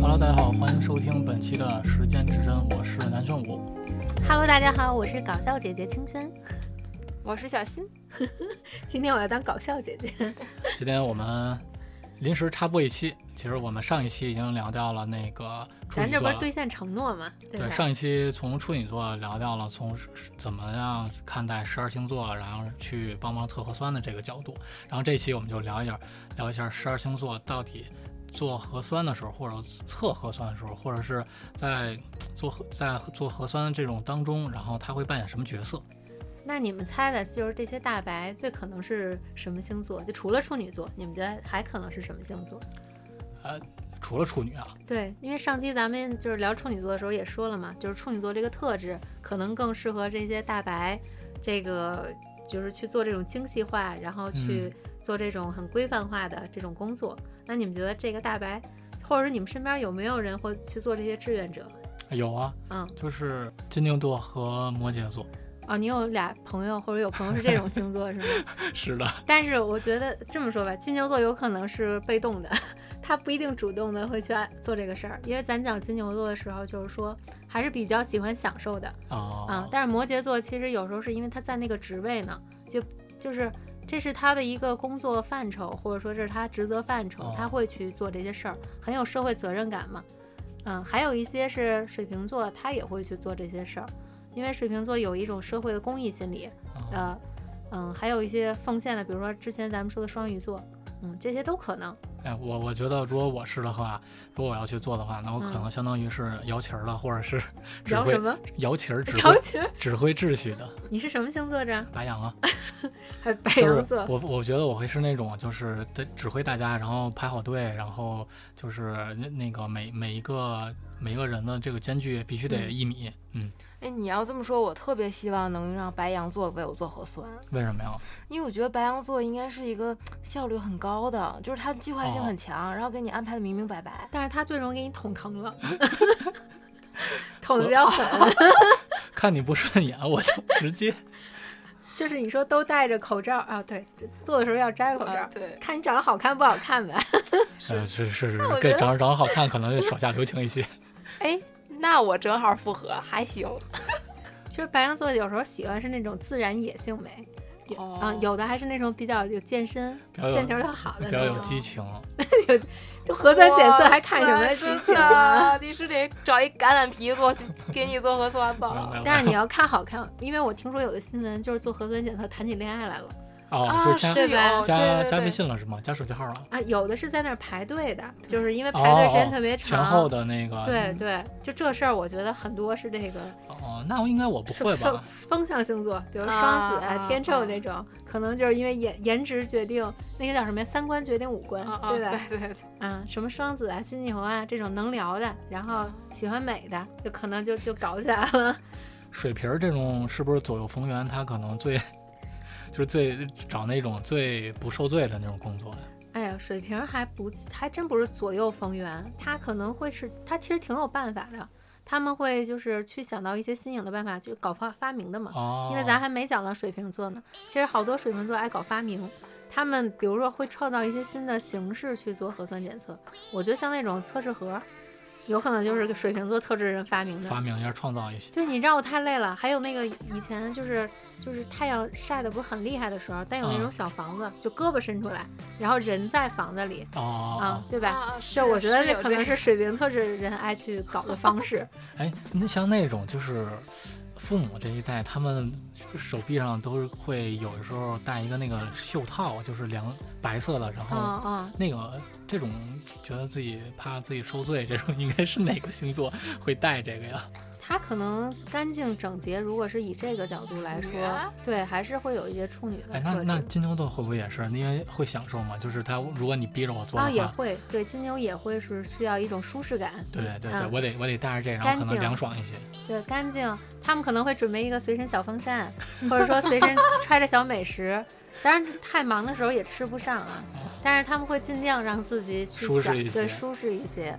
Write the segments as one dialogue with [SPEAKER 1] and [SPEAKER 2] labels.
[SPEAKER 1] Hello，大家好，欢迎收听本期的时间之声，我是南圣武。
[SPEAKER 2] Hello，大家好，我是搞笑姐姐清轩。
[SPEAKER 3] 我是小新，
[SPEAKER 2] 今天我要当搞笑姐姐。
[SPEAKER 1] 今天我们临时插播一期，其实我们上一期已经聊掉了那个处
[SPEAKER 2] 咱
[SPEAKER 1] 女
[SPEAKER 2] 这不
[SPEAKER 1] 座
[SPEAKER 2] 是
[SPEAKER 1] 了
[SPEAKER 2] 兑现承诺吗？对吧？
[SPEAKER 1] 对，上一期从处女座聊掉了从是怎么样看待十二星座，然后去帮忙测核酸的这个角度。然后这期我们就聊一下，聊一下十二星座到底做核酸的时候，或者测核酸的时候，或者是在做核在做核酸这种当中，然后他会扮演什么角色？
[SPEAKER 2] 那你们猜的就是这些大白最可能是什么星座？就除了处女座，你们觉得还可能是什么星座？
[SPEAKER 1] 除了处女啊，
[SPEAKER 2] 对，因为上期咱们就是聊处女座的时候也说了嘛，就是处女座这个特质可能更适合这些大白，这个就是去做这种精细化，然后去做这种很规范化的这种工作。那你们觉得这个大白，或者是你们身边有没有人会去做这些志愿者？
[SPEAKER 1] 有啊，
[SPEAKER 2] 嗯，
[SPEAKER 1] 就是金牛座和摩羯座。
[SPEAKER 2] 哦，你有俩朋友或者有朋友是这种星座是吗？
[SPEAKER 1] 是的，
[SPEAKER 2] 但是我觉得这么说吧，金牛座有可能是被动的， 他不一定主动的会去爱做这个事儿，因为咱讲金牛座的时候，就是说还是比较喜欢享受的
[SPEAKER 1] 哦，
[SPEAKER 2] 啊、但是摩羯座其实有时候是因为他在那个职位呢，就就是这是他的一个工作范畴，或者说这是他职责范畴
[SPEAKER 1] 哦，
[SPEAKER 2] 他会去做这些事儿，很有社会责任感嘛。嗯，还有一些是水瓶座，他也会去做这些事儿，因为水瓶座有一种社会的公益心理，
[SPEAKER 1] 哦
[SPEAKER 2] 呃，嗯，还有一些奉献的，比如说之前咱们说的双鱼座，嗯，这些都可能。
[SPEAKER 1] 哎，我我觉得如果我是的话，如果我要去做的话，那我可能相当于是摇旗儿了，或者是指
[SPEAKER 2] 聊什
[SPEAKER 1] 挥
[SPEAKER 2] 么？
[SPEAKER 1] 摇旗儿指
[SPEAKER 2] 聊
[SPEAKER 1] 挥
[SPEAKER 2] 群？
[SPEAKER 1] 指挥秩序的
[SPEAKER 2] 你是什么星座着？
[SPEAKER 1] 白羊啊，
[SPEAKER 2] 还白
[SPEAKER 1] 就是
[SPEAKER 2] 羊座？
[SPEAKER 1] 我我觉得我会是那种就是得指挥大家，然后排好队，然后就是那那个每每一个每一个人的这个间距必须得
[SPEAKER 2] 嗯
[SPEAKER 1] 一米，嗯，
[SPEAKER 3] 哎，你要这么说，我特别希望能让白羊座为我做核酸，
[SPEAKER 1] 为什么呀？
[SPEAKER 3] 因为我觉得白羊座应该是一个效率很高的，就是他计划
[SPEAKER 1] 哦
[SPEAKER 3] 性很强，然后给你安排的明明白白。
[SPEAKER 2] 但是他最容易给你捅 疼了，捅的比较狠，
[SPEAKER 1] 看你不顺眼，我就直接
[SPEAKER 2] 就是你说都戴着口罩啊，对，做的时候要摘口
[SPEAKER 1] 啊
[SPEAKER 2] 罩，
[SPEAKER 3] 啊对，
[SPEAKER 2] 看你长得好看不好看呗。
[SPEAKER 1] 呃是是是
[SPEAKER 3] 那，我
[SPEAKER 1] 给
[SPEAKER 3] 觉得
[SPEAKER 1] 长长得好看，可能就手下留情一些。
[SPEAKER 3] 哎，那我正好符合，还行。
[SPEAKER 2] 其实白羊座有时候喜欢是那种自然野性美，有啊、
[SPEAKER 3] 哦
[SPEAKER 2] 有的还是那种比较有健身、
[SPEAKER 1] 比较有
[SPEAKER 2] 线条要好的
[SPEAKER 1] 比
[SPEAKER 2] 那哦
[SPEAKER 1] 较有
[SPEAKER 2] 种，
[SPEAKER 1] 激情，
[SPEAKER 2] 就核酸检测还看什么激 情啊？
[SPEAKER 3] 啊？你是得找一橄榄皮做，给你做核酸
[SPEAKER 1] 没有没
[SPEAKER 3] 吧
[SPEAKER 1] 有？
[SPEAKER 2] 但是你要看好看，因为我听说有的新闻就是做核酸检测谈起恋爱来了
[SPEAKER 1] 哦，
[SPEAKER 3] 啊
[SPEAKER 1] 就是加
[SPEAKER 2] 是吧
[SPEAKER 3] 有
[SPEAKER 1] 加加微，
[SPEAKER 3] 对对对
[SPEAKER 1] 信了是吗？加手机号了，哦
[SPEAKER 2] 啊，有的是在那儿排队的，就是因为排队时间特别长。
[SPEAKER 1] 前后的那个
[SPEAKER 2] 对对，就这事儿，我觉得很多是这个
[SPEAKER 1] 哦，那应该我不会
[SPEAKER 2] 受受
[SPEAKER 1] 吧？
[SPEAKER 2] 风象星座，比如双子
[SPEAKER 3] 啊啊
[SPEAKER 2] 天秤这种，可能就是因为颜颜值决定那个叫什么呀？三观决定五官，
[SPEAKER 3] 啊
[SPEAKER 2] 哦
[SPEAKER 3] 啊
[SPEAKER 2] 对吧？
[SPEAKER 3] 对对对，
[SPEAKER 2] 嗯，什么双子啊、金牛啊这种能聊的，然后喜欢美的，就可能就就搞起来了。
[SPEAKER 1] 水瓶儿这种是不是左右逢源？他可能最就是最找那种最不受罪的那种工作呀。
[SPEAKER 2] 哎呀，水瓶还不还真不是左右逢源，他可能会是他其实挺有办法的，他们会就是去想到一些新颖的办法，就搞发发明的嘛。
[SPEAKER 1] 哦，
[SPEAKER 2] 因为咱还没讲到水瓶座呢，其实好多水瓶座爱搞发明，他们比如说会创造一些新的形式去做核酸检测。我觉得像那种测试盒，有可能就是个水瓶座特质人发明的。
[SPEAKER 1] 发明一下，创造一些
[SPEAKER 2] 对你让我太累了。还有那个以前就是就是太阳晒的不是很厉害的时候，但有那
[SPEAKER 1] 嗯
[SPEAKER 2] 种小房子，就胳膊伸出来，然后人在房子里，
[SPEAKER 1] 哦
[SPEAKER 2] 啊
[SPEAKER 1] 哦，哦。
[SPEAKER 2] 对吧？
[SPEAKER 3] 啊
[SPEAKER 2] 就我觉得这可能。
[SPEAKER 3] 是
[SPEAKER 2] 是
[SPEAKER 3] 有
[SPEAKER 2] 水瓶特质人爱去搞的方式。
[SPEAKER 1] 哎，那像那种就是父母这一代，他们手臂上都是会有的时候戴一个那个袖套，就是凉白色的，然
[SPEAKER 2] 嗯
[SPEAKER 1] 后
[SPEAKER 2] 嗯，
[SPEAKER 1] 那个这种觉得自己怕自己受罪，这种应该是哪个星座会带这个呀？
[SPEAKER 2] 他可能干净整洁，如果是以这个角度来说
[SPEAKER 3] 处女啊，
[SPEAKER 2] 对，还是会有一些处女的
[SPEAKER 1] 哎，那
[SPEAKER 2] 特
[SPEAKER 1] 那
[SPEAKER 2] 质。
[SPEAKER 1] 金牛座会不会也是？因为会享受嘛，就是他如果你逼着我做
[SPEAKER 2] 啊，
[SPEAKER 1] 的
[SPEAKER 2] 也
[SPEAKER 1] 话，
[SPEAKER 2] 会对金牛也会是需要一种舒适感，
[SPEAKER 1] 对对对，
[SPEAKER 2] 嗯
[SPEAKER 1] 我得我得带着这，然
[SPEAKER 2] 干
[SPEAKER 1] 后可能
[SPEAKER 2] 净
[SPEAKER 1] 凉爽一些。
[SPEAKER 2] 对干净。他们可能会准备一个随身小风扇，或者说随 身揣着小美食。当然，太忙的时候也吃不上啊，但是他们会尽量让自己去
[SPEAKER 1] 哦舒适
[SPEAKER 2] 想
[SPEAKER 1] 一些
[SPEAKER 2] 对舒适一些。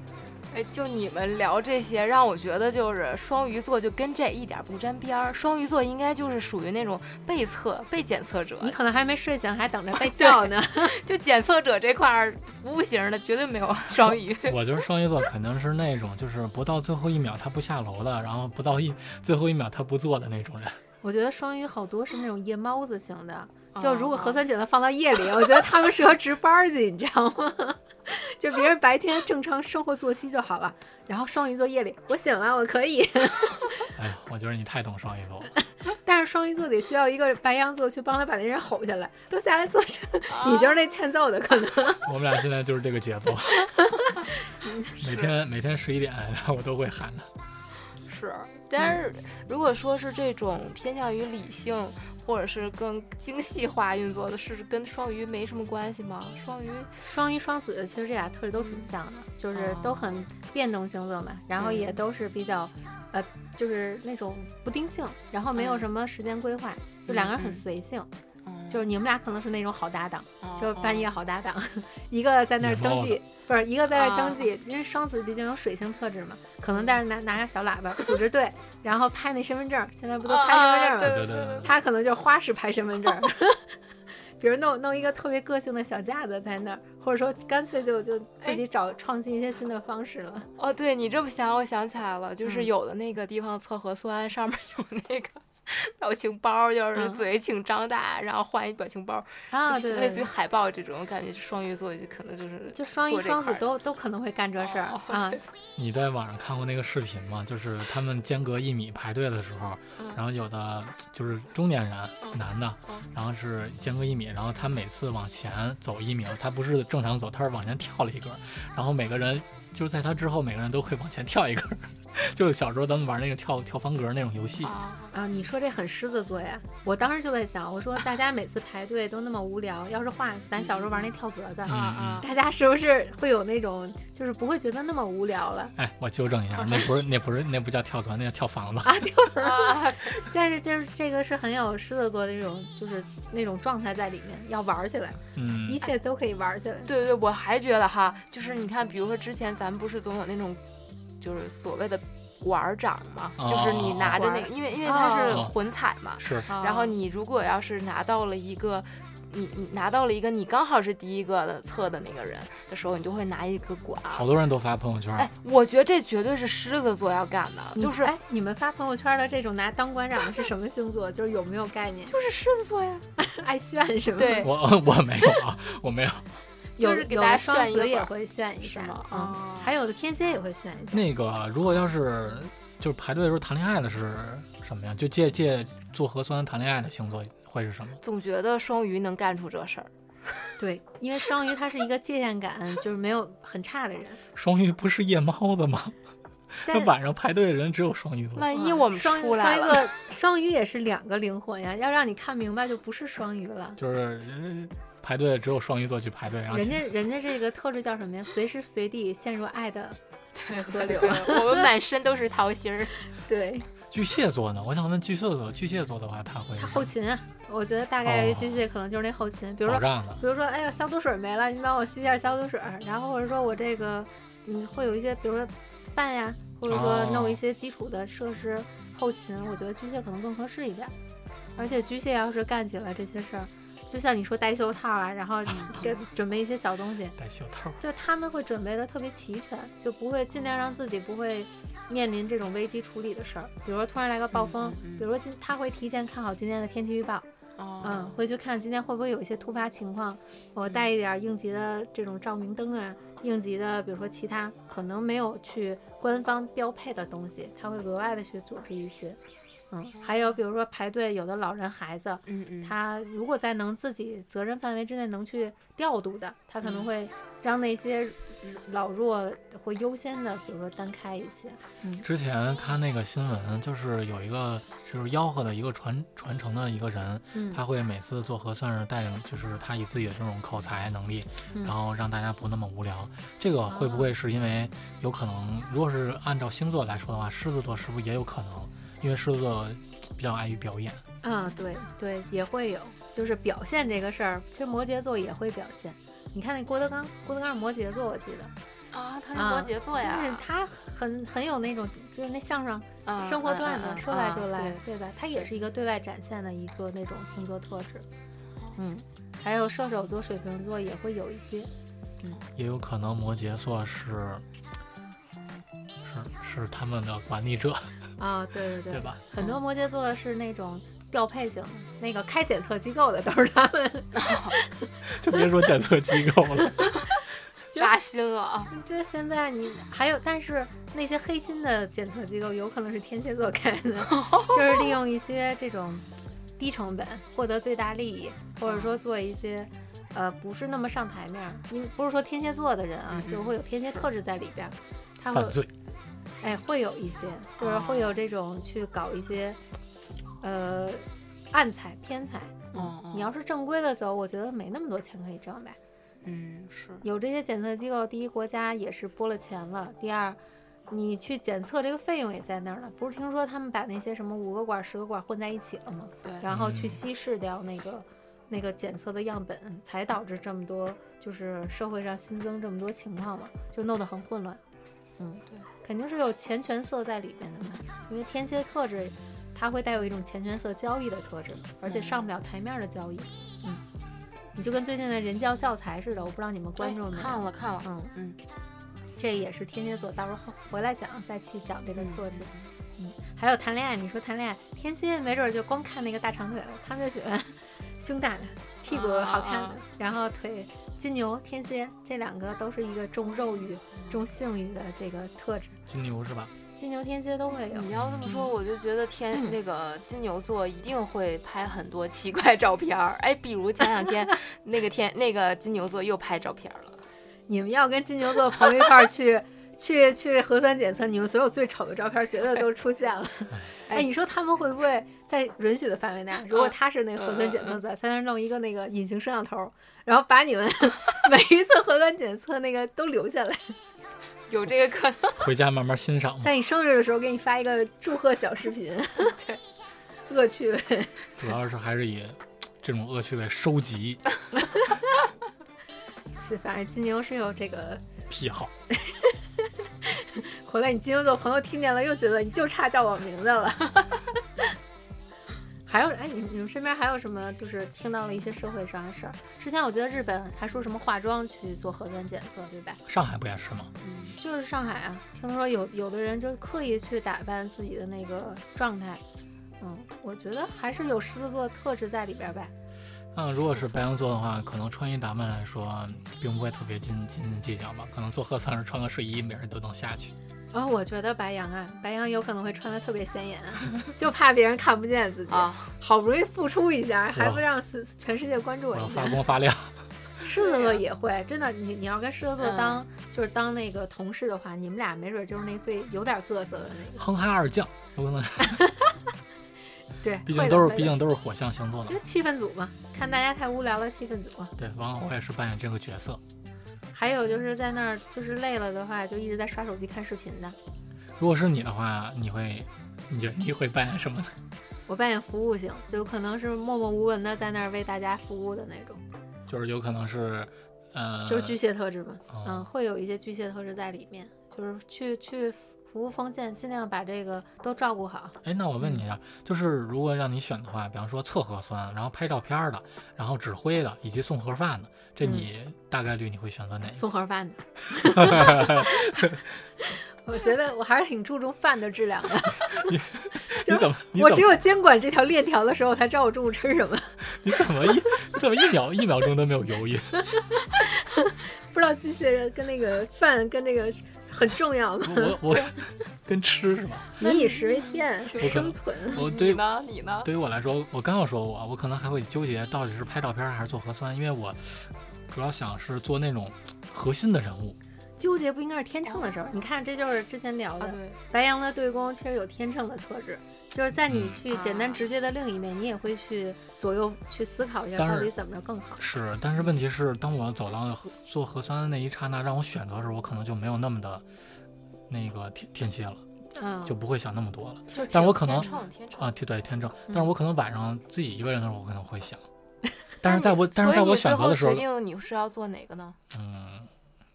[SPEAKER 3] 哎，就你们聊这些，让我觉得就是双鱼座就跟这一点不沾边儿。双鱼座应该就是属于那种被测、被检测者，
[SPEAKER 2] 你可能还没睡醒，还 等着被叫呢。
[SPEAKER 3] 就检测者这块儿服务型的绝对没 有双鱼。
[SPEAKER 1] 我觉得双鱼座肯定是那种，就是不到最后一秒他不下楼的，然后不到一最后一秒他不做的那种人。
[SPEAKER 2] 我觉得双鱼好多是那种夜猫子型的，就如果核酸检测放到夜里，我觉得他们适合值班儿去，你知道吗？ 就别人白天正常生活作息就好了，然后双鱼座夜里我醒了，我可以。
[SPEAKER 1] 哎呀，我觉得你太懂双鱼座了。
[SPEAKER 2] 但是双鱼座得需要一个白羊座去帮他把那人吼下来，都下来做什么？你就是那欠揍的，可能。
[SPEAKER 1] 我们俩现在就是这个节奏，每天每天十一点，然后我都会喊的。
[SPEAKER 3] 是，但是如果说是这种偏向于理性或者是更精细化运作的，是跟双鱼没什么关系吗？双鱼
[SPEAKER 2] 双鱼、双子其实这俩特质都挺像的，就是都很变动性色嘛，然后也都是比较，呃，就是那种不定性，然后没有什么时间规划，就两个人很随性。嗯就是你们俩可能是那种好搭档，
[SPEAKER 3] 嗯
[SPEAKER 2] 就是半
[SPEAKER 3] 哦
[SPEAKER 2] 夜好搭档，一个在那儿登记，不是一个在那儿
[SPEAKER 3] 啊
[SPEAKER 2] 登记，因为双子毕竟有水星特质嘛，可能在那拿拿个小喇叭组织队，然后拍那身份证，现在不都
[SPEAKER 3] 哦
[SPEAKER 2] 拍身份证
[SPEAKER 3] 啊
[SPEAKER 1] 对对
[SPEAKER 2] 吗？
[SPEAKER 1] 对
[SPEAKER 3] 嗯
[SPEAKER 1] 对，
[SPEAKER 2] 他可能就是花式拍身份证， 比如弄弄一个特别个性的小架子在那儿，或者说干脆就就自
[SPEAKER 3] 哎
[SPEAKER 2] 己找创新一些新的方式了。
[SPEAKER 3] 哦，对你这么想，我想起来了，就是
[SPEAKER 2] 嗯
[SPEAKER 3] 有的那个地方测核酸，上面有那个 表情包，就是
[SPEAKER 2] 嗯
[SPEAKER 3] 嘴请张大，然后换一表情包，
[SPEAKER 2] 啊，
[SPEAKER 3] 就
[SPEAKER 2] 对，
[SPEAKER 3] 类似于
[SPEAKER 2] 对
[SPEAKER 3] 海报这种感觉。就双鱼座就可能就是
[SPEAKER 2] 就双鱼、
[SPEAKER 3] 做这
[SPEAKER 2] 双子
[SPEAKER 3] 块儿的
[SPEAKER 2] 都都可能会干这事儿
[SPEAKER 3] 哦
[SPEAKER 2] 啊。
[SPEAKER 1] 你在网上看过那个视频吗？就是他们间隔一米排队的时候
[SPEAKER 3] 嗯，
[SPEAKER 1] 然后有的就是中年人
[SPEAKER 3] 嗯
[SPEAKER 1] 男的
[SPEAKER 3] 嗯，
[SPEAKER 1] 然后是间隔一米，然后他每次往前走一米，他不是正常走，他是往前跳了一格，然后每个人就是在他之后，每个人都会往前跳一格， 就是小时候咱们玩那个跳跳方格那种游戏，
[SPEAKER 3] 啊，
[SPEAKER 2] 啊，你说这很狮子座呀！我当时就在想，我说大家每次排队都那么无聊，要是换咱小时候玩那跳格子，
[SPEAKER 1] 嗯
[SPEAKER 3] 啊
[SPEAKER 2] 大家是不是会有那种就是不会觉得那么无聊了？
[SPEAKER 1] 哎，我纠正一下，那不是那不是那不叫跳格，那叫跳房子。
[SPEAKER 3] 啊啊！
[SPEAKER 2] 但是就是这个是很有狮子座的这种就是那种状态在里面，要玩起来，
[SPEAKER 1] 嗯
[SPEAKER 2] 一，切都可以玩起来。
[SPEAKER 3] 对对，我还觉得哈，就是你看，比如说之前咱们不是总有那种，就是所谓的馆儿长嘛，就是你
[SPEAKER 1] 哦
[SPEAKER 3] 拿着那
[SPEAKER 2] 馆
[SPEAKER 3] 个，
[SPEAKER 2] 儿
[SPEAKER 3] 因为因为它是
[SPEAKER 1] 哦
[SPEAKER 3] 混采嘛，
[SPEAKER 1] 是
[SPEAKER 2] 啊
[SPEAKER 3] 然后你如果要是拿到了一个，你你拿到了一个你刚好是第一个的测的那个人的时候，你就会拿一个管儿。
[SPEAKER 1] 好多人都发朋友圈，
[SPEAKER 3] 哎，我觉得这绝对是狮子座要干的，
[SPEAKER 2] 你
[SPEAKER 3] 就是
[SPEAKER 2] 哎，你们发朋友圈的这种拿当馆长的是什么星座？就是有没有概念？
[SPEAKER 3] 就是狮子座呀，
[SPEAKER 2] 爱炫是吗？
[SPEAKER 3] 对，
[SPEAKER 1] 我 我没有啊，我没有。
[SPEAKER 2] 有
[SPEAKER 3] 就是给
[SPEAKER 2] 有
[SPEAKER 3] 大家
[SPEAKER 2] 的双
[SPEAKER 3] 炫一个
[SPEAKER 2] 子也
[SPEAKER 3] 本儿
[SPEAKER 2] 会炫一
[SPEAKER 3] 是
[SPEAKER 2] 下
[SPEAKER 3] 吗
[SPEAKER 2] 嗯
[SPEAKER 3] 哦，
[SPEAKER 2] 还有的天蝎也会炫一下。
[SPEAKER 1] 那个如果要是就是排队的时候谈恋爱的是什么呀？就借借做核酸谈恋爱的星座会是什么？
[SPEAKER 3] 总觉得双鱼能干出这事儿。
[SPEAKER 2] 对，因为双鱼他是一个界限感就是没有很差 的人，
[SPEAKER 1] 双鱼不是夜猫子吗？那
[SPEAKER 2] 但
[SPEAKER 1] 晚上排队的人只有双鱼座。
[SPEAKER 3] 万一我们
[SPEAKER 2] 双鱼
[SPEAKER 3] 出来
[SPEAKER 2] 双鱼
[SPEAKER 3] 了，
[SPEAKER 2] 座双鱼也是两个灵魂呀，要让你看明白就不是双鱼了。
[SPEAKER 1] 就是呃排队只有双鱼座去排队，然后
[SPEAKER 2] 人家人家这个特质叫什么呀？随时随地陷入爱的河流。
[SPEAKER 3] 我们满身都是桃心儿。
[SPEAKER 2] 对
[SPEAKER 1] 巨蟹座呢？我想问巨蟹座，巨蟹座的话他会
[SPEAKER 2] 他后勤啊，我觉得大概率
[SPEAKER 1] 哦
[SPEAKER 2] 巨蟹可能就是那后勤，比如
[SPEAKER 1] 保
[SPEAKER 2] 说
[SPEAKER 1] 障的
[SPEAKER 2] 比如说，哎呀，消毒水没了，你帮我续一下消毒水儿。然后或者说我这个，嗯，会有一些，比如说饭呀，或者说
[SPEAKER 1] 哦
[SPEAKER 2] 弄一些基础的设施、后勤，我觉得巨蟹可能更合适一点。而且巨蟹要是干起了这些事儿，就像你说戴袖套啊，然后给准备一些小东西，
[SPEAKER 1] 戴袖套。
[SPEAKER 2] 就他们会准备的特别齐全，就不会尽量让自己不会面临这种危机处理的事儿。比如说突然来个暴风，
[SPEAKER 3] 嗯嗯嗯
[SPEAKER 2] 比如说今他会提前看好今天的天气预报。嗯，
[SPEAKER 3] 哦，
[SPEAKER 2] 回去看今天会不会有一些突发情况，我带一点儿应急的这种照明灯啊，应急的，比如说其他可能没有去官方标配的东西，他会额外的去组织一些。嗯，还有比如说排队，有的老人孩子，
[SPEAKER 3] 嗯嗯，
[SPEAKER 2] 他如果在能自己责任范围之内能去调度的，他可能会让那些老弱会优先的，比如说单开一些。
[SPEAKER 1] 之前看那个新闻，就是有一个就是吆喝的一个传传承的一个人，
[SPEAKER 2] 嗯
[SPEAKER 1] 他会每次做核酸时带领，就是他以自己的这种口才能力，
[SPEAKER 2] 嗯
[SPEAKER 1] 然后让大家不那么无聊。这个会不会是因为有可能，如果是按照星座来说的话，狮子座是不是也有可能？因为狮子座比较碍于表演，
[SPEAKER 2] 啊，对对，也会有，就是表现这个事儿，其实摩羯座也会表现。你看那郭德纲，郭德纲是摩羯座，我记得，
[SPEAKER 3] 啊，他是
[SPEAKER 2] 啊
[SPEAKER 3] 摩羯座呀，
[SPEAKER 2] 就是他很很有那种，就是那相声
[SPEAKER 3] 嗯
[SPEAKER 2] 生活
[SPEAKER 3] 嗯
[SPEAKER 2] 段
[SPEAKER 3] 嗯
[SPEAKER 2] 子，
[SPEAKER 3] 嗯
[SPEAKER 2] 说来
[SPEAKER 3] 嗯
[SPEAKER 2] 就来，
[SPEAKER 3] 对
[SPEAKER 2] 对吧？他也是一个对外展现的一个那种星座特质。
[SPEAKER 3] 哦
[SPEAKER 2] 嗯，还有射手座、水瓶座也会有一些，
[SPEAKER 1] 也有可能摩羯座是是是他们的管理者，
[SPEAKER 2] 啊，对对对，
[SPEAKER 1] 对吧？
[SPEAKER 2] 很多摩羯座是那种调配型，那个开检测机构的都是他们，
[SPEAKER 1] 就别说检测机构了，
[SPEAKER 2] 就
[SPEAKER 3] 扎心了啊！
[SPEAKER 2] 这现在你还有，但是那些黑心的检测机构有可能是天蝎座开 的，就是利用一些这种低成本获得最大利益，或者说做一些呃不是那么上台面儿，因为不是说天蝎座的人啊
[SPEAKER 3] 嗯，嗯
[SPEAKER 2] 就是会有天蝎特质在里边儿，他会
[SPEAKER 1] 犯罪。
[SPEAKER 2] 哎会有一些，就是
[SPEAKER 3] 哦
[SPEAKER 2] 会有这种去搞一些呃暗财偏财。
[SPEAKER 3] 哦哦
[SPEAKER 2] 嗯你要是正规的走，我觉得没那么多钱可以挣吧。
[SPEAKER 3] 嗯，是
[SPEAKER 2] 有这些检测机构，第一，国家也是拨了钱了；第二，你去检测这个费用也在那儿呢。不是听说他们把那些什么五个管、十个管混在一起了吗？
[SPEAKER 3] 对，
[SPEAKER 2] 然后去
[SPEAKER 1] 嗯
[SPEAKER 2] 稀释掉那个、那个检测的样本，才导致这么多，就是社会上新增这么多情况嘛，就弄得很混乱。嗯，
[SPEAKER 3] 对，
[SPEAKER 2] 肯定是有钱权色在里面的嘛，因为天蝎特质，它会带有一种钱权色交易的特质，而且上不了台面的交易。嗯，你就跟最近的人教教材似的，我不知道你们关
[SPEAKER 3] 哎
[SPEAKER 2] 注没有？
[SPEAKER 3] 看了看了，
[SPEAKER 2] 嗯
[SPEAKER 3] 嗯，
[SPEAKER 2] 这也是天蝎座，到时候回来讲再去讲这个特质。
[SPEAKER 3] 嗯
[SPEAKER 2] 嗯，还有谈恋爱，你说谈恋爱，天蝎没准儿就光看那个大长腿了，他们就喜欢胸大的、屁股好看的，
[SPEAKER 3] 啊啊啊
[SPEAKER 2] 然后腿金牛、天蝎这两个都是一个重肉欲、
[SPEAKER 3] 嗯
[SPEAKER 2] 重性欲的这个特质，
[SPEAKER 1] 金牛是吧？
[SPEAKER 2] 金牛、天蝎都会有。
[SPEAKER 3] 你要这么说，我就觉 得天
[SPEAKER 2] 嗯
[SPEAKER 3] 那个金牛座一定会拍很多奇怪照片儿。哎，比如前两 天那个天那个金牛座又拍照片儿了，
[SPEAKER 2] 你们要跟金牛座朋友一块儿去去去核酸检测，你们所有最丑的照片绝对都出现了。哎，你说他们会不会在允许的范围内啊？如果他是那个核酸检测者，在那弄一个那个隐形摄像头，然后把你们每一次核酸检测那个都留下来，
[SPEAKER 3] 有这个可能。
[SPEAKER 1] 回家慢慢欣赏嘛。
[SPEAKER 2] 在你生日的时候给你发一个祝贺小视频，
[SPEAKER 3] 对，
[SPEAKER 2] 恶趣 味。
[SPEAKER 1] 主要是还是以这种恶趣味收集
[SPEAKER 2] 是，反正金牛是有这个。
[SPEAKER 1] 癖好。
[SPEAKER 2] 回来你金牛座朋友听见了，又觉得你就差叫我名字了。 还有，哎，你你们身边还有什么？就是听到了一些社会上的事儿。之前我记得日本还说什么化妆去做核酸检测，对吧？
[SPEAKER 1] 上海不也是吗？
[SPEAKER 2] 嗯就是上海啊，听说有有的人就刻意去打扮自己的那个状态。嗯，我觉得还是有狮子座特质在里边儿吧。
[SPEAKER 1] 那如果是白羊座的话，可能穿衣打扮来说，并不会特别斤斤斤计较吧。可能做核酸时穿个睡衣，每人都能下去。
[SPEAKER 2] 啊、我觉得白羊啊，白羊有可能会穿的特别显眼，啊 就怕别人看不见自己。
[SPEAKER 3] 啊，
[SPEAKER 2] 好不容易付出一下，还
[SPEAKER 1] 哇
[SPEAKER 2] 不让全全世界关注
[SPEAKER 1] 我
[SPEAKER 2] 我
[SPEAKER 1] 要
[SPEAKER 2] 一下
[SPEAKER 1] 发。光发亮。
[SPEAKER 2] 狮子座
[SPEAKER 3] 对呀嗯
[SPEAKER 2] 也会，真的，你你要跟狮子座当、就是当那个同事的话，你们俩没准就是那最有点各色的那个。
[SPEAKER 1] 哼哈二将，有可能，
[SPEAKER 2] 对，
[SPEAKER 1] 毕
[SPEAKER 2] 会
[SPEAKER 1] 竟
[SPEAKER 2] 的
[SPEAKER 1] 都
[SPEAKER 2] 会
[SPEAKER 1] 是
[SPEAKER 2] 的
[SPEAKER 1] 毕竟都是火象星座的
[SPEAKER 2] 因。为气氛组嘛，看大家太无聊了，气氛组。啊
[SPEAKER 1] 对，王老我也是扮演这个角色。
[SPEAKER 2] 还有就是在那儿就是累了的话，就一直在刷手机看视频的。
[SPEAKER 1] 如果是你的话，你会，你觉得你会扮演什么呢？
[SPEAKER 2] 我扮演服务型，就可能是默默无闻的在那儿为大家服务的那种，
[SPEAKER 1] 就是有可能是，呃，
[SPEAKER 2] 就是巨蟹特质嘛，
[SPEAKER 1] 哦
[SPEAKER 2] 嗯，会有一些巨蟹特质在里面，就是去去服务奉献，尽量把这个都照顾好。
[SPEAKER 1] 哎，那我问
[SPEAKER 2] 嗯
[SPEAKER 1] 你啊，就是如果让你选的话，比方说测核酸，然后拍照片儿的，然后指挥的，以及送盒饭的，这
[SPEAKER 2] 嗯
[SPEAKER 1] 你大概率你会选择哪一个？
[SPEAKER 2] 送盒饭的。 我觉得我还是挺注重饭的质量的。就
[SPEAKER 1] 你
[SPEAKER 2] 是
[SPEAKER 1] 怎么？你
[SPEAKER 2] 我
[SPEAKER 1] 怎
[SPEAKER 2] 只
[SPEAKER 1] 么？
[SPEAKER 2] 有监管这条链条的时候，我才知道我中午吃 什么。
[SPEAKER 1] 你怎么一？你怎么一秒一秒钟都没有犹豫？
[SPEAKER 2] 不知道巨蟹跟那个饭跟那个很重要 吗？
[SPEAKER 1] 我我我跟吃是吧？
[SPEAKER 2] 民以食为天，
[SPEAKER 1] 我可
[SPEAKER 2] 生存。
[SPEAKER 1] 我
[SPEAKER 3] 你
[SPEAKER 1] 对
[SPEAKER 3] 呢？你呢？
[SPEAKER 1] 对于我来说，我刚要说我，我可能还会纠结到底是拍照片儿还是做核酸，因为我主要想是做那种核心的人物。
[SPEAKER 2] 纠结不应该是天秤的时候？你看，这就是之前聊
[SPEAKER 3] 啊，
[SPEAKER 2] 的
[SPEAKER 3] 对，
[SPEAKER 2] 白羊的对宫，其实有天秤的特质。就是在你
[SPEAKER 1] 嗯
[SPEAKER 2] 去简单
[SPEAKER 3] 啊
[SPEAKER 2] 直接的另一面，你也会去左右去思考一下，
[SPEAKER 1] 当然
[SPEAKER 2] 到底怎么着更好。
[SPEAKER 1] 是，但是问题是，当我走到核做核酸的那一刹那，让我选择的时候，我可能就没有那么的，那个天天蝎了，
[SPEAKER 2] 嗯，
[SPEAKER 1] 就不会想那么多了
[SPEAKER 3] 就
[SPEAKER 1] 但是我
[SPEAKER 3] 天
[SPEAKER 1] 可能
[SPEAKER 3] 天秤，天秤
[SPEAKER 1] 啊。，对对，天秤。但是
[SPEAKER 2] 嗯
[SPEAKER 1] 我可能晚上自己一个人的时候，我可能会 想。但是
[SPEAKER 3] 那
[SPEAKER 1] 在
[SPEAKER 3] 你
[SPEAKER 1] 我但是在
[SPEAKER 3] 所以
[SPEAKER 1] 我
[SPEAKER 3] 你
[SPEAKER 1] 选
[SPEAKER 3] 最
[SPEAKER 1] 择
[SPEAKER 3] 后
[SPEAKER 1] 的时候
[SPEAKER 3] 决，定你是要做哪个呢？
[SPEAKER 1] 嗯，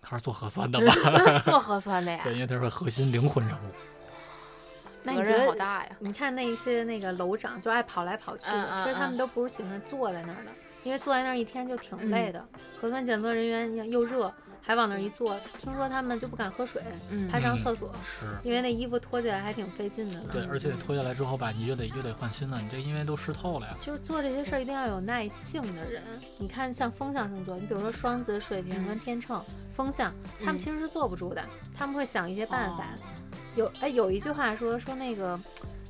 [SPEAKER 1] 他是做核酸的吧？
[SPEAKER 3] 做核酸的呀？
[SPEAKER 1] 对，因为他是核心灵魂人物。
[SPEAKER 3] 那
[SPEAKER 2] 责
[SPEAKER 3] 你觉
[SPEAKER 2] 任
[SPEAKER 3] 得
[SPEAKER 2] 好大呀！你看那些那个楼长就爱跑来跑去的，
[SPEAKER 3] 嗯嗯
[SPEAKER 2] 其实他
[SPEAKER 3] 嗯
[SPEAKER 2] 们都不是喜欢坐在那儿的，因为坐在那儿一天就挺累的。核酸检测人员又又热，还往那儿一坐，听说他们就不敢喝水，
[SPEAKER 3] 嗯
[SPEAKER 2] 还上
[SPEAKER 1] 嗯
[SPEAKER 2] 厕所，
[SPEAKER 1] 是，
[SPEAKER 2] 因为那衣服脱下来还挺费劲的呢。
[SPEAKER 1] 对，而且脱下来之后吧，你又得又得换新的，你这因为都湿透了呀。
[SPEAKER 2] 就是做这些事儿一定要有耐性的人。你看，像风象星座，你比如说双子、水瓶跟天秤，风象他们
[SPEAKER 3] 嗯
[SPEAKER 2] 其实是坐不住的，他们会想一些办法
[SPEAKER 3] 哦。
[SPEAKER 2] 有哎，有一句话说说那个，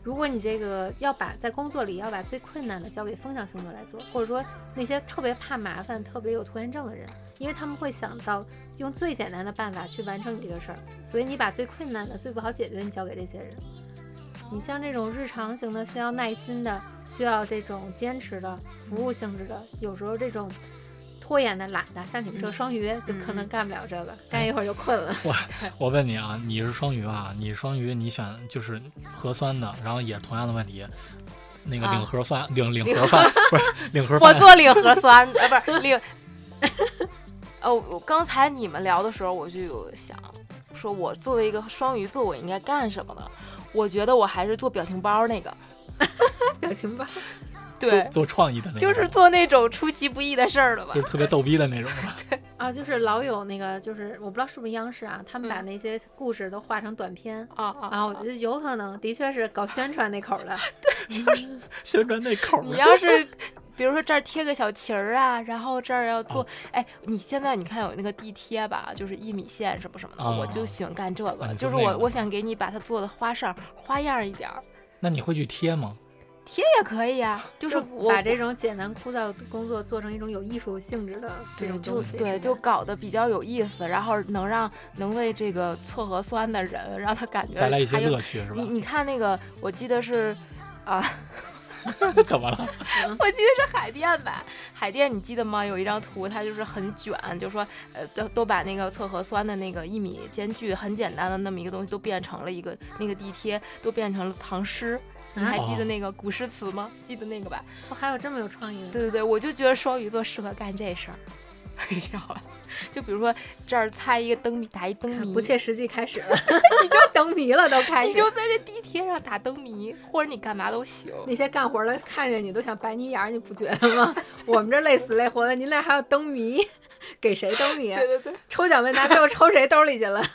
[SPEAKER 2] 如果你这个要把在工作里要把最困难的交给风象星座来做，或者说那些特别怕麻烦、特别有拖延症的人，因为他们会想到用最简单的办法去完成你这个事儿，所以你把最困难的、最不好解决你交给这些人。你像这种日常型的，需要耐心的，需要这种坚持的服务性质的，有时候这种拖延的、懒的，像你们这个
[SPEAKER 3] 嗯
[SPEAKER 2] 双鱼就可能干不了这个，干一会儿就困了。
[SPEAKER 1] 我问你啊，你是双鱼啊？你是双鱼，你选就是核酸的，然后也是同样的问题，那个
[SPEAKER 3] 啊
[SPEAKER 1] 领核酸、领领核饭不是领核
[SPEAKER 3] 我
[SPEAKER 1] 饭，
[SPEAKER 3] 做领核酸，呃，不是领。哦，我刚才你们聊的时候，我就有想，说我作为一个双鱼座，我应该干什么呢？我觉得我还是做表情包那个，
[SPEAKER 2] 表情包，
[SPEAKER 1] 做
[SPEAKER 3] 对，
[SPEAKER 1] 做创意的那种，
[SPEAKER 3] 就是做那种出其不意的事儿了吧
[SPEAKER 1] 就。是特别逗逼的那种。
[SPEAKER 2] 啊，就是老有那个，就是我不知道是不是央视啊，他们把
[SPEAKER 3] 嗯
[SPEAKER 2] 那些故事都画成短片。
[SPEAKER 3] 啊啊
[SPEAKER 2] 啊，我觉得有可能，的确是搞宣传那口儿的。
[SPEAKER 1] 宣传那口儿，
[SPEAKER 3] 你要是比如说这儿贴个小旗儿啊，然后这儿要做，哎，你现在你看有那个地贴吧，就是一米线什么什么的，
[SPEAKER 1] 啊
[SPEAKER 3] 我就喜欢干这个，
[SPEAKER 1] 啊你
[SPEAKER 3] 就
[SPEAKER 1] 做
[SPEAKER 3] 是
[SPEAKER 1] 那
[SPEAKER 3] 我
[SPEAKER 1] 个
[SPEAKER 3] 我想给你把它做的花哨花样儿一点儿，
[SPEAKER 1] 那你会去贴吗？
[SPEAKER 3] 贴也可以 啊，就是我
[SPEAKER 2] 把这种简单枯燥的工作做成一种有艺术性质的这
[SPEAKER 3] 对，
[SPEAKER 2] 种
[SPEAKER 3] 就
[SPEAKER 2] 东西，
[SPEAKER 3] 对，
[SPEAKER 2] 是
[SPEAKER 3] 就
[SPEAKER 2] 吧
[SPEAKER 3] 搞得比较有意思，然后能让能为这个测核酸的人让他感觉
[SPEAKER 1] 带来一些
[SPEAKER 3] 还有
[SPEAKER 1] 乐趣是吧
[SPEAKER 3] 你？你看那个，我记 得是，啊，
[SPEAKER 1] 怎么了？
[SPEAKER 3] 我记得是海淀吧，海淀你记得吗？有一张图，它就是很卷，就说呃，都都把那个测核酸的那个一米间距很简单的那么一个东西，都变成了一个那个地贴，都变成了唐诗。你
[SPEAKER 2] 啊
[SPEAKER 3] 还记
[SPEAKER 1] 哦
[SPEAKER 3] 得那个古诗词吗？记得那个吧？
[SPEAKER 2] 哦还有这么有创意的。
[SPEAKER 3] 对对对，我就觉得双鱼座适合干这事儿， 你知道吧？就比如说这儿猜一个灯谜，打一灯
[SPEAKER 2] 看
[SPEAKER 3] 谜，
[SPEAKER 2] 不切实际开始了， 你就灯迷了，都开始。
[SPEAKER 3] 你就在这地铁上打灯谜，或者你干嘛都行。
[SPEAKER 2] 那些干活的看见你都想白你眼儿，你不觉得吗？ 我们这累死累活的，您那还有灯谜，给谁灯谜啊？
[SPEAKER 3] 对对对。
[SPEAKER 2] 抽奖问答最后抽谁兜里去了？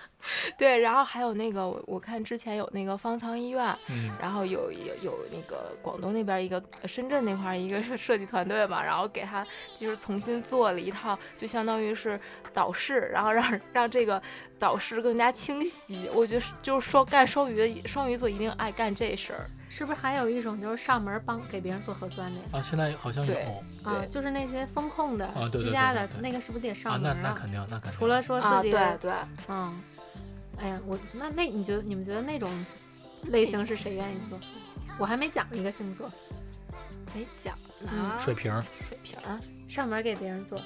[SPEAKER 3] 对，然后还有那个，我我看之前有那个方舱医院，
[SPEAKER 1] 嗯，
[SPEAKER 3] 然后有有有那个广东那边儿一个呃深圳那块儿一个设设计团队嘛，然后给他就是重新做了一套，就相当于是导视，然后让让这个导视更加清晰。我觉得是就是说干双鱼的双鱼座一定爱干这事儿，
[SPEAKER 2] 是不是还有一种就是上门帮给别人做核酸的呀？
[SPEAKER 1] 啊，现在好像有
[SPEAKER 3] 对
[SPEAKER 2] 啊，
[SPEAKER 3] 对
[SPEAKER 2] 就是那些风控的、
[SPEAKER 1] 啊对对
[SPEAKER 2] 居家
[SPEAKER 1] 对
[SPEAKER 2] 的
[SPEAKER 1] 对对
[SPEAKER 2] 那个，是不是得
[SPEAKER 1] 啊，
[SPEAKER 2] 上门
[SPEAKER 1] 那那肯定，那肯定。
[SPEAKER 2] 除了说
[SPEAKER 3] 啊
[SPEAKER 2] 自己
[SPEAKER 3] 对
[SPEAKER 2] 的，
[SPEAKER 3] 对，
[SPEAKER 2] 嗯，哎呀，我那那你觉得你们觉得那种类型是谁愿意做？我还没讲一个星座，
[SPEAKER 3] 没讲
[SPEAKER 2] 嗯
[SPEAKER 3] 呢，
[SPEAKER 1] 水瓶儿，
[SPEAKER 3] 啊水瓶儿
[SPEAKER 2] 上门给别人做，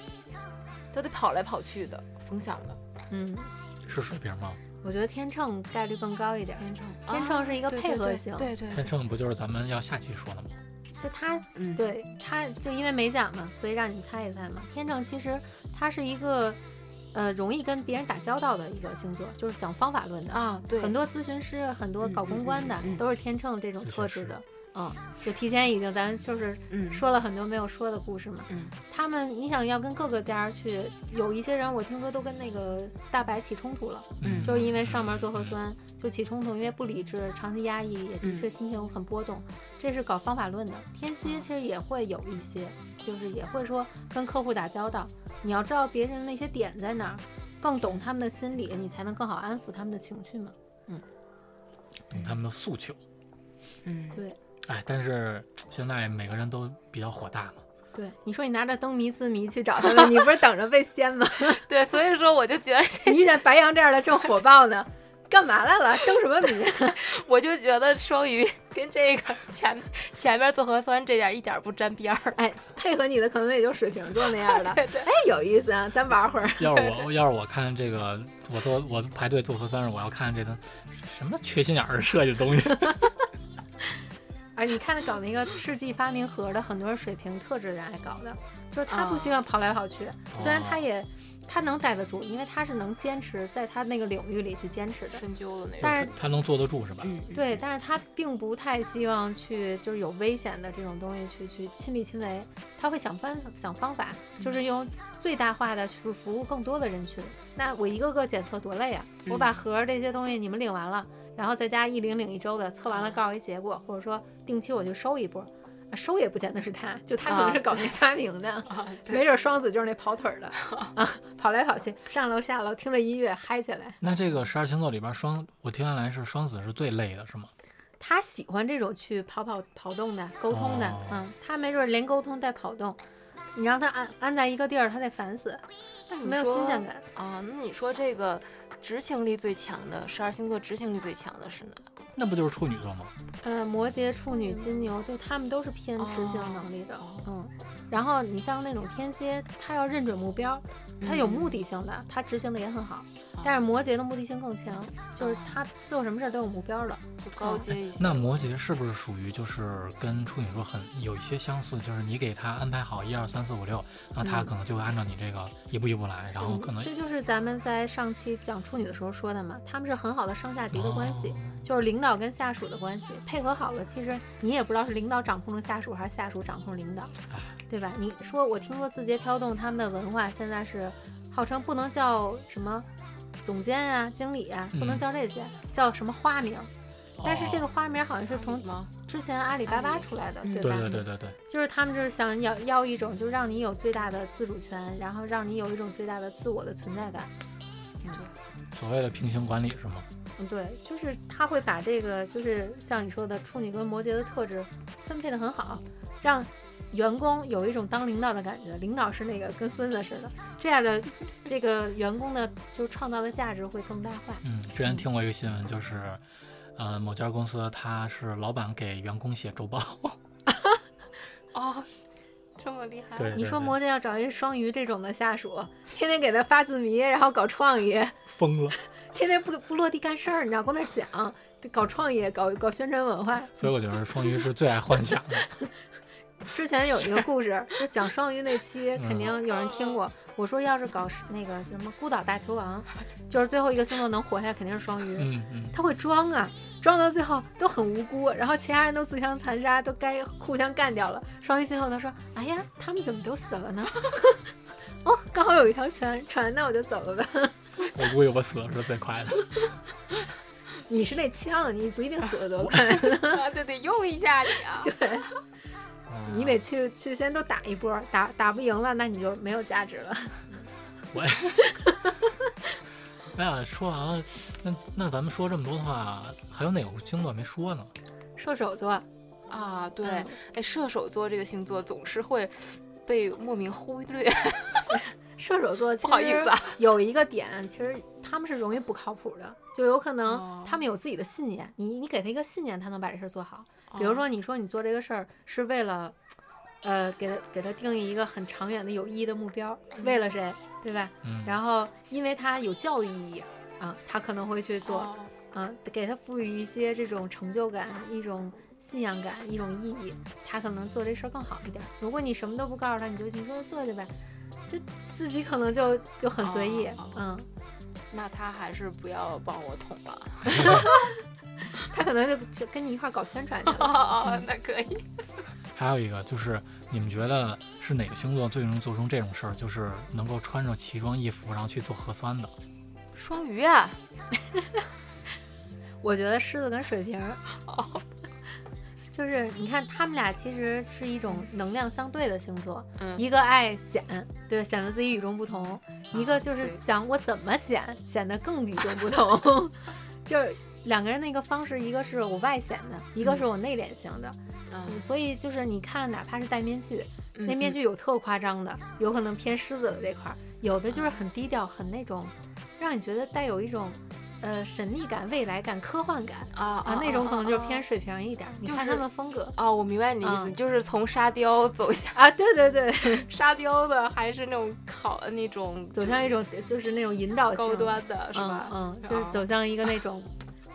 [SPEAKER 3] 都得跑来跑去的，风向的
[SPEAKER 2] 嗯，
[SPEAKER 1] 是水瓶吗？
[SPEAKER 2] 我觉得天秤概率更高一点儿。
[SPEAKER 3] 天秤，哦
[SPEAKER 2] 天秤是一个配合型，
[SPEAKER 3] 对对，
[SPEAKER 1] 天秤不就是咱们要下期说的吗？
[SPEAKER 2] 就他
[SPEAKER 3] 嗯，
[SPEAKER 2] 对他就因为没讲嘛，所以让你们猜一猜嘛。天秤其实他是一个呃容易跟别人打交道的一个星座，就是讲方法论的。
[SPEAKER 3] 啊，对，
[SPEAKER 2] 很多咨询师、很多搞公关的、
[SPEAKER 3] 嗯嗯嗯嗯
[SPEAKER 2] 都是天秤这种特质的。嗯，就提前已经咱就是
[SPEAKER 3] 嗯
[SPEAKER 2] 说了很多没有说的故事嘛。
[SPEAKER 3] 嗯
[SPEAKER 2] 他们你想要跟各个家去，有一些人我听说都跟那个大白起冲突了，
[SPEAKER 3] 嗯
[SPEAKER 2] 就是因为上门做核酸就起冲突，因为不理智，长期压抑，也
[SPEAKER 3] 嗯
[SPEAKER 2] 的确心情很波动。这是搞方法论的。天蝎其实也会有一些，就是也会说跟客户打交道，你要知道别人那些点在哪儿，更懂他们的心理，你才能更好安抚他们的情绪嘛。
[SPEAKER 1] 懂他们的诉求。
[SPEAKER 3] 嗯
[SPEAKER 2] 对
[SPEAKER 1] 哎，但是现在每个人都比较火 大嘛。
[SPEAKER 2] 对，你说你拿着灯谜字谜去找他们，你不是等着被掀吗？
[SPEAKER 3] 对，所以说我就觉得 这
[SPEAKER 2] 你遇见白羊这样的正 火爆呢，干嘛来了？灯什么谜？啊
[SPEAKER 3] 我就觉得双鱼跟这个前前面做核酸这点一点不沾 边儿。
[SPEAKER 2] 哎，配合你的可能也就水瓶座那样 的。哎，有意思啊，咱玩会儿。
[SPEAKER 1] 要是我要是我看这个，我做我排队做核酸时，我要看这个什么缺心眼儿设计的东西，
[SPEAKER 2] 而哎你看搞那个世纪发明盒的，很多人水平特质人爱搞的，就是他不希望跑来跑去，虽然他也他能待得住，因为他是能坚持在他那个领域里去坚持的。
[SPEAKER 3] 深究的那种。
[SPEAKER 2] 但是
[SPEAKER 1] 他能坐得住是吧？
[SPEAKER 3] 嗯，嗯，
[SPEAKER 2] 对，但是他并不太希望去，就是有危险的这种东西去去亲力亲为，他会想办想方法，
[SPEAKER 3] 嗯
[SPEAKER 2] 就是用最大化的去服务更多的人群。那我一个个检测多累啊！我
[SPEAKER 3] 嗯
[SPEAKER 2] 把盒儿这些东西你们领完了，然后在家一领领一周的，测完了告诉一结果，或者说定期我去收一波，啊收也不见得是他，就他可能
[SPEAKER 3] 啊
[SPEAKER 2] 是搞那发明的。
[SPEAKER 3] 啊，对
[SPEAKER 2] 没准双子就是那跑腿儿的啊，跑来跑去，上楼下楼，听着音乐嗨起来。
[SPEAKER 1] 那这个十二星座里边双，我听下来是双子是最累的，是吗？
[SPEAKER 2] 他喜欢这种去跑跑跑动的、沟通的，
[SPEAKER 1] 哦
[SPEAKER 2] 嗯，他没准儿连沟通带跑动，你让他安安在一个地儿，他得烦死，
[SPEAKER 3] 那你
[SPEAKER 2] 没有
[SPEAKER 3] 说
[SPEAKER 2] 新鲜感。
[SPEAKER 3] 啊。那你说这个执行力最强的十二星座执行力最强的是哪个？
[SPEAKER 1] 那不就是处女座吗？
[SPEAKER 2] 呃，摩羯、处女、金牛，就他们都是偏执行能力的，
[SPEAKER 3] 哦
[SPEAKER 2] 嗯。然后你像那种天蝎，他要认准目标，他有目的性的，他执行的也很好。但是摩羯的目的性更强，就是他做什么事儿都有目标的。
[SPEAKER 3] 就高阶一些。
[SPEAKER 1] 啊那摩羯是不是属于就是跟处女座很有一些相似？就是你给他安排好一二三四五六，然后他
[SPEAKER 2] 嗯
[SPEAKER 1] 可能就会按照你这个一步一步来，然后
[SPEAKER 2] 嗯
[SPEAKER 1] 哦可能
[SPEAKER 2] 这就是咱们在上期讲处女的时候说的嘛，他们是很好的上下级的关系，就是领导跟下属的关系配合好了，其实你也不知道是领导掌控了下属还是下属掌控领导，
[SPEAKER 1] 啊
[SPEAKER 2] 对吧？你说我听说字节跳动他们的文化现在是号称不能叫什么总监啊、经理啊，不能
[SPEAKER 1] 嗯
[SPEAKER 2] 叫这些，叫什么花名儿，但是这个
[SPEAKER 1] 哦
[SPEAKER 2] 花名儿好像是从
[SPEAKER 3] 吗？
[SPEAKER 2] 之前阿里巴
[SPEAKER 3] 阿
[SPEAKER 2] 巴
[SPEAKER 3] 里
[SPEAKER 2] 出来的，
[SPEAKER 3] 嗯
[SPEAKER 2] 吧？
[SPEAKER 1] 对对对对对，
[SPEAKER 2] 就是他们就是想要要一种，就是让你有最大的自主权，然后让你有一种最大的自我的存在感。
[SPEAKER 1] 所谓的平行管理是吗？
[SPEAKER 2] 嗯，对，就是他会把这个，就是像你说的处女跟摩羯的特质分配的很好，让员工有一种当领导的感觉，领导是那个跟孙子似的，这样的这个员工的就创造的价值会更大化。
[SPEAKER 1] 嗯，之前听过一个新闻，就是呃某家公司他是老板给员工写周报，
[SPEAKER 3] 哦，这么厉害。
[SPEAKER 1] 对
[SPEAKER 2] 你说
[SPEAKER 1] 对
[SPEAKER 2] 摩羯要找一双鱼这种的下属，天天给他发字谜，然后搞创意，
[SPEAKER 1] 疯了。
[SPEAKER 2] 天天不不落地干事儿，你知道，光那儿想，搞创业，搞搞宣传文化。
[SPEAKER 1] 所以我觉得双鱼是最爱幻想的。
[SPEAKER 2] 之前有一个故事，就讲双鱼那期，肯定有人听过。我说要是搞是那个叫什么孤岛大球王，就是最后一个星座能活下来肯定是双鱼。
[SPEAKER 1] 嗯嗯，
[SPEAKER 2] 他会装啊，装到最后都很无辜，然后其他人都自相残杀，都该互相干掉了。双鱼最后他说：“哎呀，他们怎么都死了呢？” 哦，刚好有一条船，船那我就走了吧。
[SPEAKER 1] 我估计我死的是最快的。
[SPEAKER 2] 你是那枪，你不一定死得多快，
[SPEAKER 3] 啊，对得用一下你啊。
[SPEAKER 2] 对。
[SPEAKER 1] 嗯
[SPEAKER 2] 你得去去先都打一波，打打不赢了，那你就没有价值了。
[SPEAKER 1] 那哎说完了，那那咱们说这么多的话，还有哪个星座没说呢？
[SPEAKER 2] 射手座，
[SPEAKER 3] 啊，对，
[SPEAKER 2] 嗯
[SPEAKER 3] 哎，射手座这个星座总是会被莫名忽略，
[SPEAKER 2] 射手座
[SPEAKER 3] 不好意思啊，
[SPEAKER 2] 有一个点，其实他们是容易不靠谱的，就有可能
[SPEAKER 3] 哦
[SPEAKER 2] 他们有自己的信念，你你给他一个信念，他能把这事儿做好。 比
[SPEAKER 3] 哦
[SPEAKER 2] 如说，你说你做这个事儿是为了，呃，给他给他定义一个很长远的有意义的目标，为了谁，对吧？
[SPEAKER 1] 嗯，
[SPEAKER 2] 然后因为他有教育意义啊，他可能会去做。
[SPEAKER 3] 哦
[SPEAKER 2] 啊，给他赋予一些这种成就感、一种信仰感、一种意义，他可能做这事儿更好一点儿。如果你什么都不告诉他，你就去说做去呗，就自己可能就就很随意，
[SPEAKER 3] 哦
[SPEAKER 2] 嗯，
[SPEAKER 3] 那他还是不要帮我捅了。
[SPEAKER 2] 他可能就就跟你一块儿搞宣传去
[SPEAKER 3] 哦
[SPEAKER 2] 了。
[SPEAKER 3] 哦，那可以。
[SPEAKER 1] 还有一个就是，你们觉得是哪个星座最容易做出这种事儿？就是能够穿着奇装异服，然后去做核酸的。
[SPEAKER 3] 双鱼啊，
[SPEAKER 2] 我觉得狮子跟水瓶，哦， 就是你看他们俩其实是一种能量相对的星座，
[SPEAKER 3] 嗯
[SPEAKER 2] 一个爱显，对，显得自己与众不同；一个就是
[SPEAKER 3] 啊对
[SPEAKER 2] 想我怎么显，显得更与众不 同。就是两个人那个方式，一个是我外显的，一个是我内敛型的。
[SPEAKER 3] 嗯
[SPEAKER 2] 所以就是你看，哪怕是戴面具，那
[SPEAKER 3] 嗯
[SPEAKER 2] 面具有特夸张的，有可能偏狮子的这块儿，有的就是很低调，很那种，让你觉得带有一种。呃，神秘感、未来感、科幻感
[SPEAKER 3] 啊
[SPEAKER 2] 啊，那种可能就是偏
[SPEAKER 3] 啊
[SPEAKER 2] 水平一点儿。你
[SPEAKER 3] 就
[SPEAKER 2] 看
[SPEAKER 3] 是
[SPEAKER 2] 他们风格
[SPEAKER 3] 啊啊哦，我明白你的意思，
[SPEAKER 2] 嗯
[SPEAKER 3] 就是从沙雕走向
[SPEAKER 2] 啊，对对对，
[SPEAKER 3] 沙雕的，还是那种烤那种
[SPEAKER 2] 走向一种就是那种引导性
[SPEAKER 3] 高
[SPEAKER 2] 的
[SPEAKER 3] 端的，是吧？
[SPEAKER 2] 嗯嗯，就是
[SPEAKER 3] 啊
[SPEAKER 2] 走向一个那种，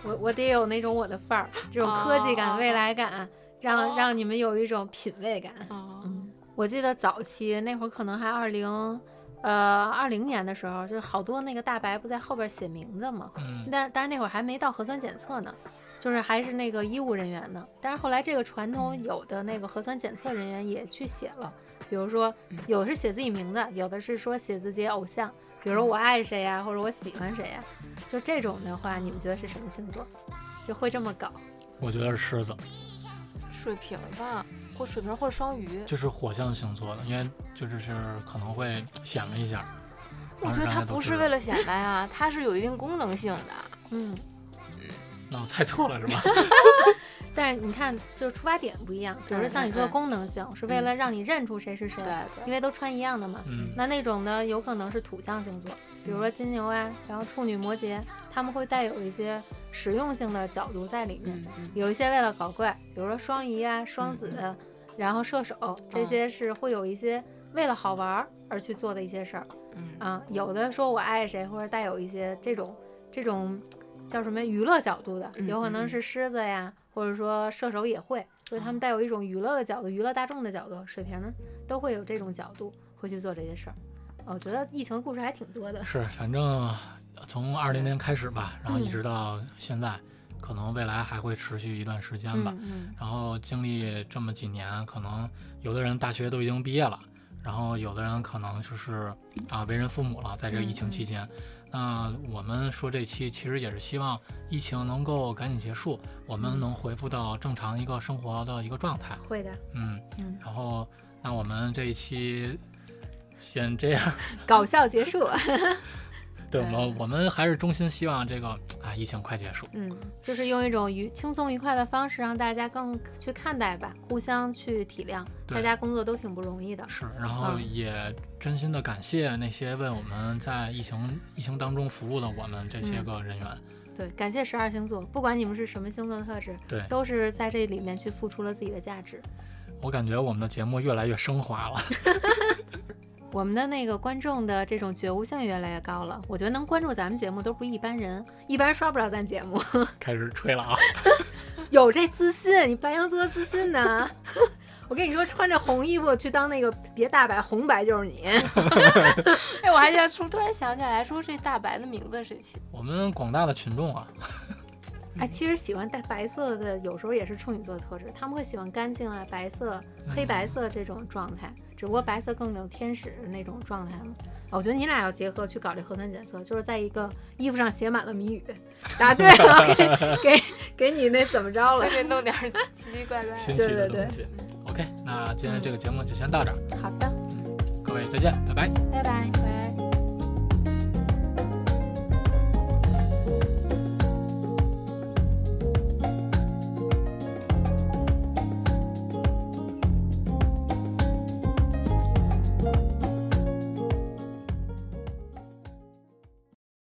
[SPEAKER 2] 我我得有那种我的范儿，这种科技感、
[SPEAKER 3] 哦
[SPEAKER 2] 未来感，让让你们有一种品味感。
[SPEAKER 3] 啊
[SPEAKER 2] 嗯，我记得早期那会儿可能还二零，呃，二零年的时候，就是好多那个大白不在后边写名字嘛，
[SPEAKER 1] 嗯
[SPEAKER 2] 但但是那会儿还没到核酸检测呢，就是还是那个医务人员呢。但是后来这个传
[SPEAKER 3] 嗯
[SPEAKER 2] 统有的那个核酸检测人员也去写了，比如说
[SPEAKER 3] 嗯
[SPEAKER 2] 有的是写自己名字，有的是说写自己偶像，比如
[SPEAKER 3] 嗯
[SPEAKER 2] 说我爱谁呀、或者我喜欢谁呀、就这种的话，你们觉得是什么星座？就会这么搞？
[SPEAKER 1] 我觉得是狮子，
[SPEAKER 3] 水瓶吧，或水瓶或者双鱼。
[SPEAKER 1] 就是火象星座的，因为就是是可能会显摆一下。
[SPEAKER 3] 我觉得它不是为了显摆啊，它是有一定功能性的。
[SPEAKER 2] 嗯，
[SPEAKER 1] 那我猜错了是吧？
[SPEAKER 2] 但是你看，就是出发点不一样。比如说像你说的
[SPEAKER 3] 嗯嗯嗯
[SPEAKER 2] 功能性，是为了让你认出谁是谁
[SPEAKER 3] 对，
[SPEAKER 2] 因
[SPEAKER 3] 对，
[SPEAKER 2] 为都穿一样的嘛。
[SPEAKER 1] 嗯，
[SPEAKER 2] 那那种呢，有可能是土象星座，比如说金牛啊，然后处女、摩羯，他们会带有一些实用性的角度在里面。
[SPEAKER 3] 嗯嗯
[SPEAKER 2] 有一些为了搞怪，比如说双鱼啊、双子，然后射手，这些是会有一些为了好玩儿而去做的一些事儿
[SPEAKER 3] 嗯
[SPEAKER 2] 啊、有的说我爱谁，或者带有一些这种这种叫什么娱乐角度的，
[SPEAKER 3] 嗯
[SPEAKER 2] 有可
[SPEAKER 3] 嗯哦
[SPEAKER 2] 能
[SPEAKER 3] 嗯
[SPEAKER 2] 是狮子呀，或者说射手也会，就是他们带有一种娱乐的角度、娱乐大众的角度，水瓶呢都会有这种角度会去做这些事儿。哦我觉得疫情的故事还挺多的，
[SPEAKER 1] 是，反正从二零年开始吧，然后一
[SPEAKER 2] 嗯
[SPEAKER 1] 直到现在，可能未来还会持续一段时间吧。
[SPEAKER 2] 嗯
[SPEAKER 3] 嗯
[SPEAKER 1] 然后经历这么几年，可能有的人大学都已经毕业了，然后有的人可能就是啊为人父母了，在这个疫
[SPEAKER 2] 嗯
[SPEAKER 1] 情期间。那我们说这期其实也是希望疫情能够赶紧结束，我们
[SPEAKER 2] 嗯
[SPEAKER 1] 能恢复到正常一个生活的一个状态。
[SPEAKER 2] 会的，
[SPEAKER 1] 嗯，
[SPEAKER 2] 嗯，
[SPEAKER 1] 然后那我们这一期先这样。
[SPEAKER 2] 搞笑结束，
[SPEAKER 1] 对，我
[SPEAKER 2] 对
[SPEAKER 1] 们我们还是衷心希望这个啊疫情快结束。
[SPEAKER 2] 嗯，就是用一种愉轻松愉快的方式让大家更去看待吧，互相去体谅，
[SPEAKER 1] 对
[SPEAKER 2] 大家工作都挺不容易的，
[SPEAKER 1] 是，然后
[SPEAKER 2] 嗯
[SPEAKER 1] 也真心的感谢那些为我们在疫情疫情当中服务的我们这
[SPEAKER 2] 嗯
[SPEAKER 1] 些个人员。
[SPEAKER 2] 对，感谢十二星座，不管你们是什么星座特质，
[SPEAKER 1] 对
[SPEAKER 2] 都是在这里面去付出了自己的价值。
[SPEAKER 1] 我感觉我们的节目越来越升华了。
[SPEAKER 2] 我们的那个观众的这种觉悟性越来越高了，我觉得能关注咱们节目都不是一般人，一般人刷不了咱节目，
[SPEAKER 1] 开始吹了啊！
[SPEAKER 2] 有这自信，你白羊座自信呢？ 我跟你说，穿着红衣服去当那个别大白，红白就是你。
[SPEAKER 3] 哎，我还记得突突然想起来，说这大白的名字谁起？
[SPEAKER 1] 我们广大的群众啊，
[SPEAKER 2] 嗯哎，其实喜欢带白色的，有时候也是处女座的特质，他们会喜欢干净啊、白色、黑白色这种状态，只不过白色更有天使那种状态嘛。啊我觉得你俩要结合去搞这核酸检测，就是在一个衣服上写满了谜语，答对了，给给给你那怎么着了
[SPEAKER 3] 非？得弄点儿 奇奇怪怪
[SPEAKER 1] 新
[SPEAKER 3] 的。
[SPEAKER 1] 奇的
[SPEAKER 2] 对对嗯
[SPEAKER 1] 东西。OK，那今天这个节目就先到这儿，
[SPEAKER 2] 好的，
[SPEAKER 1] 各位再见，拜拜。
[SPEAKER 2] 拜拜。
[SPEAKER 3] 拜拜